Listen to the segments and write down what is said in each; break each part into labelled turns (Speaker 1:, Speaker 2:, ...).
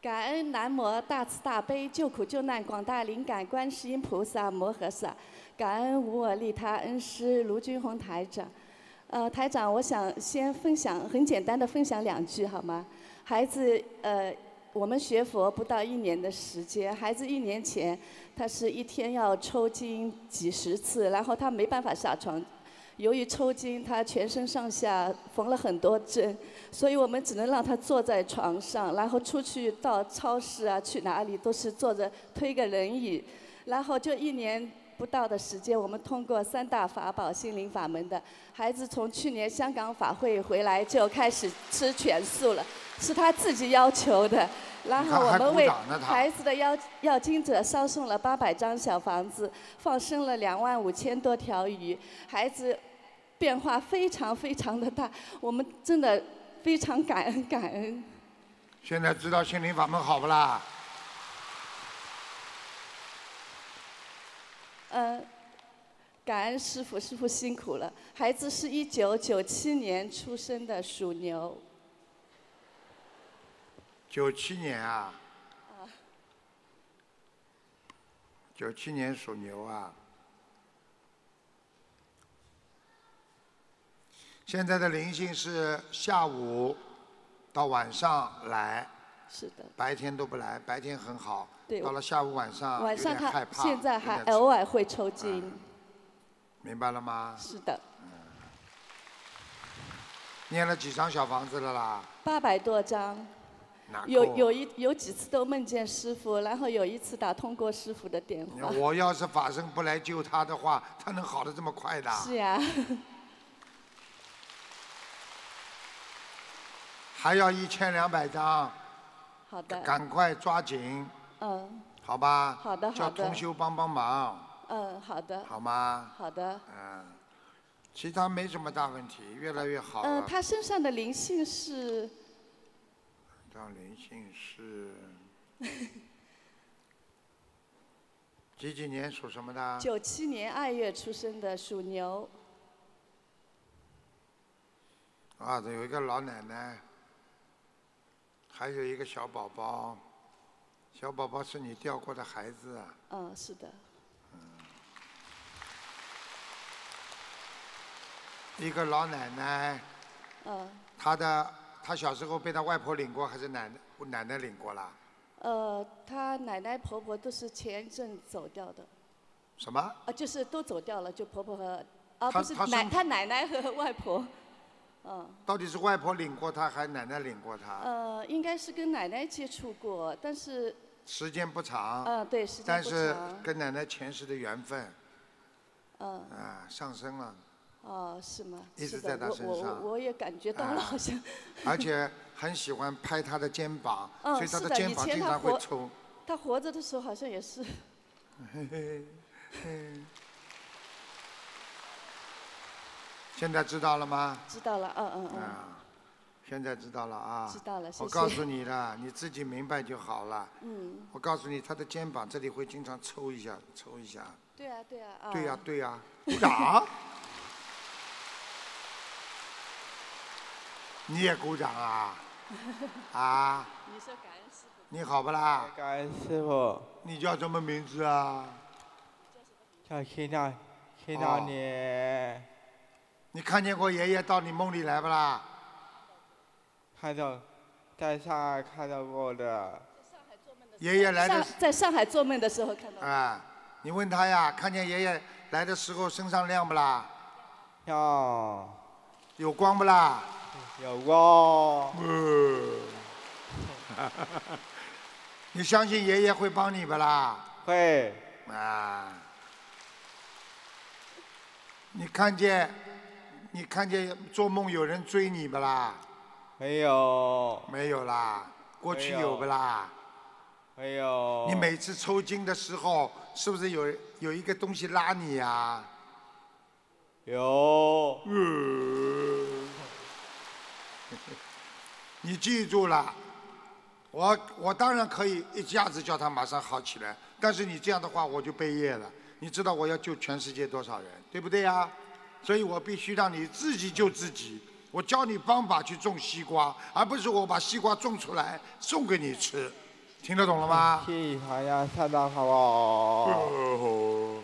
Speaker 1: 感恩南无大慈大悲救苦救难广大灵感观世音菩萨摩诃萨，感恩无我利他恩师卢军宏台长。呃，台长，我想先分享很简单的分享两句好吗？孩子，呃，我们学佛不到一年的时间，孩子一年前他是一天要抽筋几十次，然后他没办法下床。由于抽筋，他全身上下缝了很多针，所以我们只能让他坐在床上，然后出去到超市啊，去哪里都是坐着推个轮椅，然后就一年不到的时间，我们通过三大法宝心灵法门的孩子，从去年香港法会回来就开始吃全素了，是他自己要求的。然后我
Speaker 2: 嗯还
Speaker 1: 们
Speaker 2: 鼓
Speaker 1: 为
Speaker 2: 掌呢他
Speaker 1: 孩子的要要经者烧送了八百张小房子，放生了两万五千多条鱼，孩子变化非常非常的大，我们真的非常感恩感恩。
Speaker 2: 现在知道心灵法门好不啦？
Speaker 1: 嗯，感恩师傅，师傅辛苦了。孩子是一九九七年出生的属牛，
Speaker 2: 九七年啊，九七年属牛啊。现在的灵性是下午到晚上来，
Speaker 1: 是的。
Speaker 2: 白天都不来，白天很好。
Speaker 1: 对
Speaker 2: 到了下午晚上
Speaker 1: 晚上
Speaker 2: 啊有点害
Speaker 1: 他
Speaker 2: 怕，
Speaker 1: 现在
Speaker 2: 有
Speaker 1: 还
Speaker 2: 点
Speaker 1: 偶尔会抽筋。
Speaker 2: 明白了吗？
Speaker 1: 是的，
Speaker 2: 念了几张小房子了啦？
Speaker 1: 八百多张。
Speaker 2: 哪
Speaker 1: 有
Speaker 2: 够啊
Speaker 1: 有一有几次都梦见师傅，然后有一次打通过师傅的电话。
Speaker 2: 我要是法身不来救他的话，他能好的这么快的？
Speaker 1: 是呀、
Speaker 2: 还要一千两百张，
Speaker 1: 好的，
Speaker 2: 赶快抓紧，
Speaker 1: 嗯
Speaker 2: 好吧？
Speaker 1: 好的
Speaker 2: 叫
Speaker 1: 好的
Speaker 2: 同修帮帮忙，
Speaker 1: 嗯，好的，
Speaker 2: 好吗？
Speaker 1: 好的。
Speaker 2: 嗯，其他没什么大问题，越来越好
Speaker 1: 嗯、
Speaker 2: 了。
Speaker 1: 他身上的灵性是，
Speaker 2: 张灵性是 几几年属什么的？
Speaker 1: 九七年二月出生的属牛，
Speaker 2: 啊，有一个老奶奶，还有一个小宝宝，小宝宝是你掉过的孩子啊。
Speaker 1: 嗯，是的，
Speaker 2: 一个老奶奶，
Speaker 1: 嗯，
Speaker 2: 她的她小时候被她外婆领过，还是奶奶奶奶领过啦？
Speaker 1: 呃，他奶奶婆婆都是前一阵走掉的，
Speaker 2: 什么？
Speaker 1: 啊，就是都走掉了，就婆婆和，啊，
Speaker 2: 他
Speaker 1: 不是
Speaker 2: 他
Speaker 1: 奶，
Speaker 2: 是
Speaker 1: 他奶奶和外婆，
Speaker 2: 到底是外婆领过她，还是奶奶领过她？
Speaker 1: 呃，应该是跟奶奶接触过，但是，
Speaker 2: 时间不长，
Speaker 1: 嗯、对，时间
Speaker 2: 啊但
Speaker 1: 不
Speaker 2: 是
Speaker 1: 长，
Speaker 2: 跟奶奶前世的缘分，
Speaker 1: 嗯，
Speaker 2: 啊，上升了，
Speaker 1: 哦，是吗？
Speaker 2: 一
Speaker 1: 是
Speaker 2: 直
Speaker 1: 的
Speaker 2: 在他
Speaker 1: 我
Speaker 2: 身
Speaker 1: 我
Speaker 2: 上
Speaker 1: 我也感觉到了，
Speaker 2: 啊
Speaker 1: 好像
Speaker 2: 而且很喜欢拍她的肩膀，
Speaker 1: 嗯
Speaker 2: 所以她
Speaker 1: 是
Speaker 2: 的
Speaker 1: 的
Speaker 2: 肩
Speaker 1: 以
Speaker 2: 膀
Speaker 1: 前
Speaker 2: 经
Speaker 1: 她
Speaker 2: 常会
Speaker 1: 活
Speaker 2: 抽。
Speaker 1: 他活着的时候好像也是，
Speaker 2: 现在知道了吗？
Speaker 1: 知道了，嗯嗯嗯，
Speaker 2: 啊，现在知道了啊。
Speaker 1: 知道了谢谢
Speaker 2: 我告诉你了，你自己明白就好了。
Speaker 1: 嗯，
Speaker 2: 我告诉你，他的肩膀这里会经常抽一下，抽一下。
Speaker 1: 对啊对啊，啊，
Speaker 2: 对呀、对呀、 鼓掌。你也鼓 掌啊？啊，
Speaker 1: 你说感恩师傅，
Speaker 2: 你好不啦？
Speaker 3: 感恩师傅，
Speaker 2: 你叫什么名字啊？
Speaker 3: 叫听到听到
Speaker 2: 哦
Speaker 3: 你，
Speaker 2: 你看见过爷爷到你梦里来不啦？
Speaker 3: 看到在上海看到过的，
Speaker 2: 爷爷来的
Speaker 1: 上
Speaker 2: 时
Speaker 1: 在上海做梦的时候看到，
Speaker 2: 啊，你问他呀，看见爷爷来的时候身上亮不啦？
Speaker 3: 要
Speaker 2: 有光不啦？
Speaker 3: 有光，
Speaker 2: 你相信爷爷会帮你不啦？
Speaker 3: 会
Speaker 2: 啊，你看见，你看见做梦有人追你不啦？
Speaker 3: 没有
Speaker 2: 没有啦，过去
Speaker 3: 没有
Speaker 2: 有不啦？
Speaker 3: 没有，
Speaker 2: 你每次抽筋的时候，是不是有有一个东西拉你呀、
Speaker 3: 有
Speaker 2: 你记住了，我我当然可以一下子叫他马上好起来，但是你这样的话我就背业了。你知道我要救全世界多少人，对不对呀？所以我必须让你自己救自己。我教你方法去种西瓜，而不是我把西瓜种出来送给你吃，听得懂了吗？
Speaker 3: 信好像三大法宝，
Speaker 2: 哦，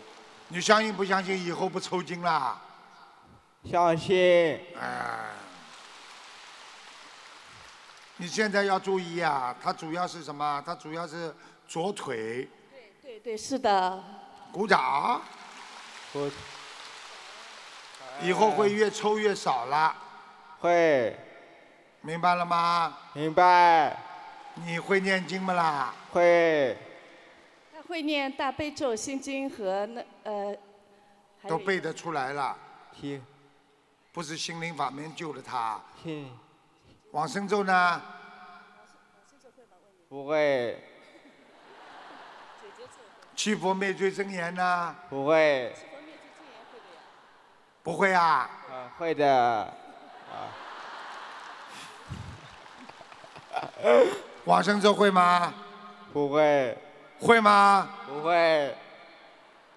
Speaker 2: 你相信不相信以后不抽筋啦？
Speaker 3: 相信
Speaker 2: 哎，你现在要注意啊，它主要是什么？它主要是左腿，
Speaker 1: 对对，是的，
Speaker 2: 鼓掌，
Speaker 3: 不
Speaker 2: 以后会越抽越少了，
Speaker 3: 会
Speaker 2: 明白了吗？
Speaker 3: 明白
Speaker 2: 你会念经不啦？
Speaker 3: 会
Speaker 1: 他会念大悲咒、心经和那呃，还有
Speaker 2: 都
Speaker 1: 一
Speaker 2: 背
Speaker 1: 个
Speaker 2: 得出来了，
Speaker 3: 听
Speaker 2: 不是心灵法门救了他。
Speaker 3: 听
Speaker 2: 往生咒呢？
Speaker 3: 不会
Speaker 2: 七佛灭罪真言呢？
Speaker 3: 不会
Speaker 2: 不会啊。
Speaker 3: 啊会的
Speaker 2: 往生咒会吗？
Speaker 3: 不会
Speaker 2: 会吗？
Speaker 3: 不会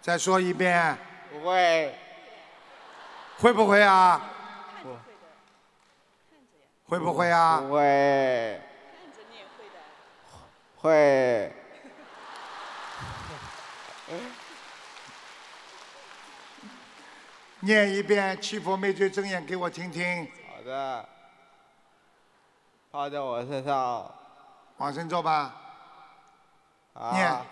Speaker 2: 再说一遍，
Speaker 3: 不会
Speaker 2: 会不会啊？会不会啊？
Speaker 3: 不会会
Speaker 2: 念一遍七佛灭罪真言给我听听，
Speaker 3: 好的放在我身上
Speaker 2: 往生咒吧。
Speaker 3: 啊。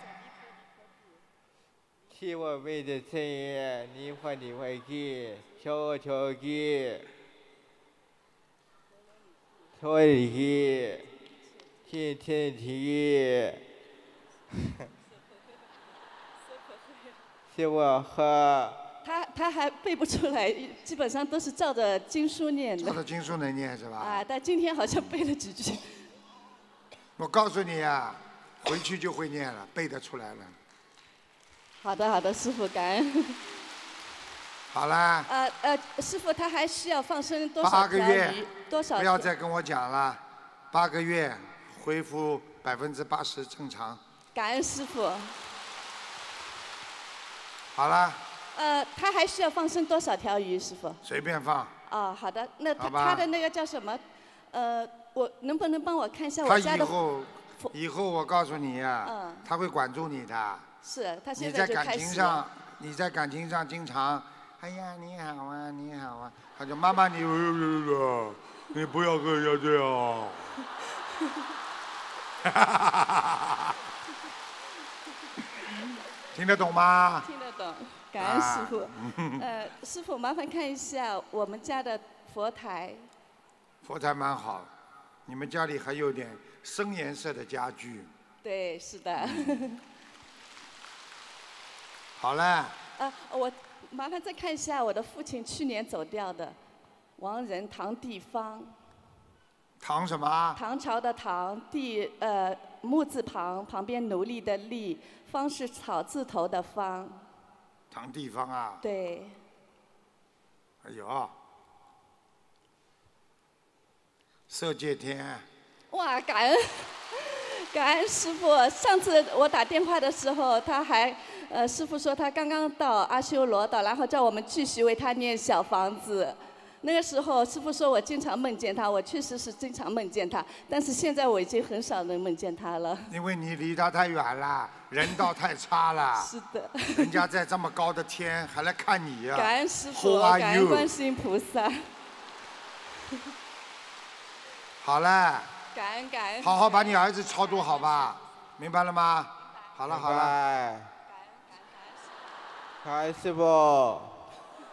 Speaker 3: 替我为的正业，你会你会记，求求记，求你记，天天提，替我喝，
Speaker 1: 他他还背不出来， 基本上都是照着经书念
Speaker 2: 他
Speaker 1: 的
Speaker 2: 的经书能念是吧？
Speaker 1: 啊。但今天好像背了几 句，
Speaker 2: 我告诉你啊，回去就会念了，背得出来了。
Speaker 1: 好的好的，师傅感恩。
Speaker 2: 好 啦，
Speaker 1: 呃呃，师傅他还需要放生多
Speaker 2: 八
Speaker 1: 少
Speaker 2: 个
Speaker 1: 条
Speaker 2: 月
Speaker 1: 鱼？多少
Speaker 2: 不
Speaker 1: 条？
Speaker 2: 要再跟我讲了，八个月恢复百分之八十正常。
Speaker 1: 感恩师傅。
Speaker 2: 好啦，
Speaker 1: 呃，他还需要放生多少条鱼，师傅？
Speaker 2: 随便放。
Speaker 1: 哦，好的，那
Speaker 2: 好
Speaker 1: 他
Speaker 2: 吧
Speaker 1: 他的那个叫什么？呃，我能不能帮我看一下
Speaker 2: 他
Speaker 1: 哎我家
Speaker 2: 以
Speaker 1: 的？
Speaker 2: 后
Speaker 1: 佛，
Speaker 2: 以后我告诉你呀、
Speaker 1: 嗯
Speaker 2: 他会管住你的。
Speaker 1: 是他
Speaker 2: 你
Speaker 1: 现
Speaker 2: 在
Speaker 1: 就
Speaker 2: 感
Speaker 1: 开
Speaker 2: 情
Speaker 1: 始
Speaker 2: 上
Speaker 1: 了。，
Speaker 2: 你在感情上经常，哎呀，你好啊，你好啊，他就妈妈你， 你不要跟人家这样。 听得懂吗？
Speaker 1: 听得懂，感恩
Speaker 2: 啊
Speaker 1: 师 傅。呃，师傅麻烦看一下我们家的佛台。
Speaker 2: 佛台蛮好，你们家里还有点深颜色的家具。
Speaker 1: 对，是的。
Speaker 2: 好了，
Speaker 1: 啊，我麻烦再看一下我的父亲去年走掉的，王仁堂地方，
Speaker 2: 唐什么？
Speaker 1: 唐朝的唐，地呃木字旁，旁边奴隶的隶，方是草字头的方。
Speaker 2: 唐地方啊。
Speaker 1: 对，
Speaker 2: 哎呦，色界天，
Speaker 1: 哇，感恩。 感恩师傅，上次我打电话的时候，他还，呃，师傅说他刚刚到阿修罗岛，然后叫我们继续为他念小房子。那个时候，师傅说我经常梦见他，我确实是经常梦见他，但是现在我已经很少能梦见他了。
Speaker 2: 因为你离他太远了，人道太差了，
Speaker 1: 是的，
Speaker 2: 人家在这么高的天还来看你啊呀、
Speaker 1: 感恩师傅，
Speaker 2: Who are
Speaker 1: 感恩
Speaker 2: you？
Speaker 1: 观世音菩萨，
Speaker 2: 好了，
Speaker 1: 感恩感恩。
Speaker 2: 好好把你儿子超度好吧，明白了吗？好了好了，
Speaker 3: 了。感恩师傅，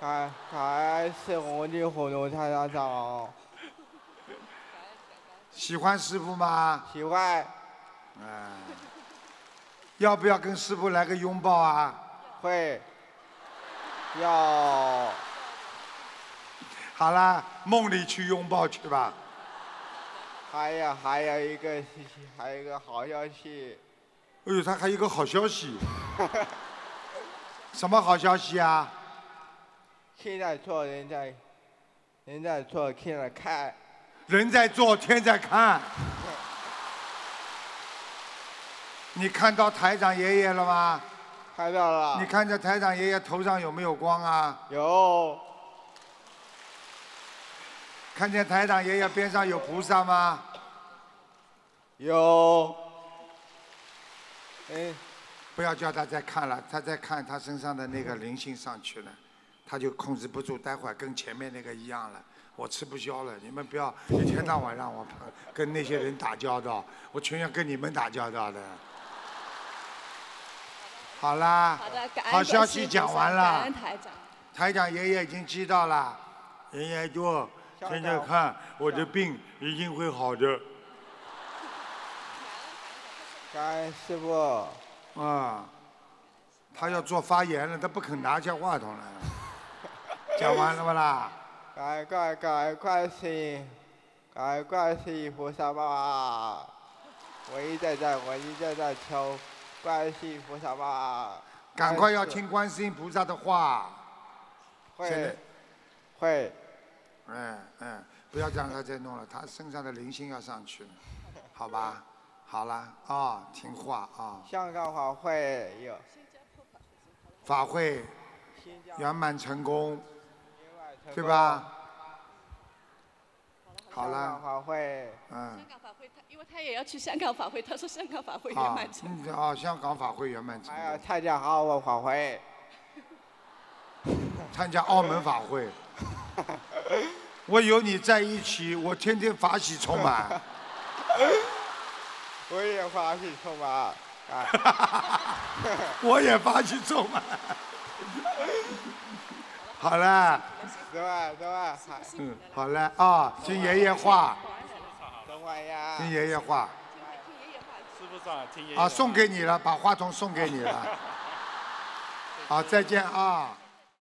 Speaker 3: 感感恩是红的火龙太上长，
Speaker 2: 喜欢师傅吗？
Speaker 3: 喜欢
Speaker 2: 要不要跟师傅来个拥抱啊？
Speaker 3: 会要
Speaker 2: 好啦，梦里去拥抱去吧。
Speaker 3: 还有还有一个信息，还有一个好消息，
Speaker 2: 哎呦，他还有一个好消息， 什么好消息啊？
Speaker 3: 现在做人在，人在做，现在看，
Speaker 2: 人在做，天在看。你看到台长爷爷了吗？
Speaker 3: 看到了，
Speaker 2: 你看着台长爷爷头上有没有光啊？
Speaker 3: 有
Speaker 2: 看见台长爷爷边上有菩萨吗？
Speaker 3: 有哎，
Speaker 2: 不要叫他再看了，他再看他身上的那个灵性上去了，他就控制不住，待会儿跟前面那个一样了。我吃不消了，你们不要一天到晚让我碰跟那些人打交道，我全要跟你们打交道的。好啦，
Speaker 1: 好的，感恩
Speaker 2: 好消
Speaker 1: 观世
Speaker 2: 息
Speaker 1: 音菩
Speaker 2: 讲
Speaker 1: 萨感
Speaker 2: 完了
Speaker 1: 恩。台长。
Speaker 2: 台长爷爷已经知道了，爷爷就现在看我的病一定会好的
Speaker 3: 感恩师傅，
Speaker 2: 啊。他要做发言了，他不肯拿下话筒了。 讲完了不啦？
Speaker 3: 感恩感恩感恩观世音，感恩观世音菩萨妈妈，我一再在，我一再在求观世音菩萨妈妈，
Speaker 2: 赶快要听观世音菩萨的话。现在
Speaker 3: 会会，
Speaker 1: 哎
Speaker 2: 嗯嗯，不要让他再弄了，他身上的灵性要上去了，好吧？好啦，啊、听话啊、
Speaker 3: 香港话会有，
Speaker 2: 法会
Speaker 3: 新疆
Speaker 2: 圆满成功，
Speaker 3: 另外成
Speaker 2: 对
Speaker 3: 功？
Speaker 2: 吧？好
Speaker 3: 香
Speaker 2: 啦
Speaker 3: 港，话会，
Speaker 2: 嗯
Speaker 1: 香。港法会，他因为他也要去香港法会，他说香港法会圆
Speaker 2: 啊
Speaker 1: 满，成功。哎
Speaker 2: 嗯啊，香港法会圆满成
Speaker 3: 还要
Speaker 2: 功，
Speaker 3: 参加奥运晚会，
Speaker 2: 参加澳门法 会。我有你在一起，我天天法喜充满。
Speaker 3: 我也发起出马，哎。
Speaker 2: 我也法喜充满。 好了，
Speaker 3: 对吧？对吧？嗨
Speaker 2: 嗯，好了啊，听爷爷话，
Speaker 3: 等会呀，
Speaker 2: 听爷爷话
Speaker 4: 师傅上来听爷爷
Speaker 2: 啊，送给你了，把话筒送给你了。好，再见啊。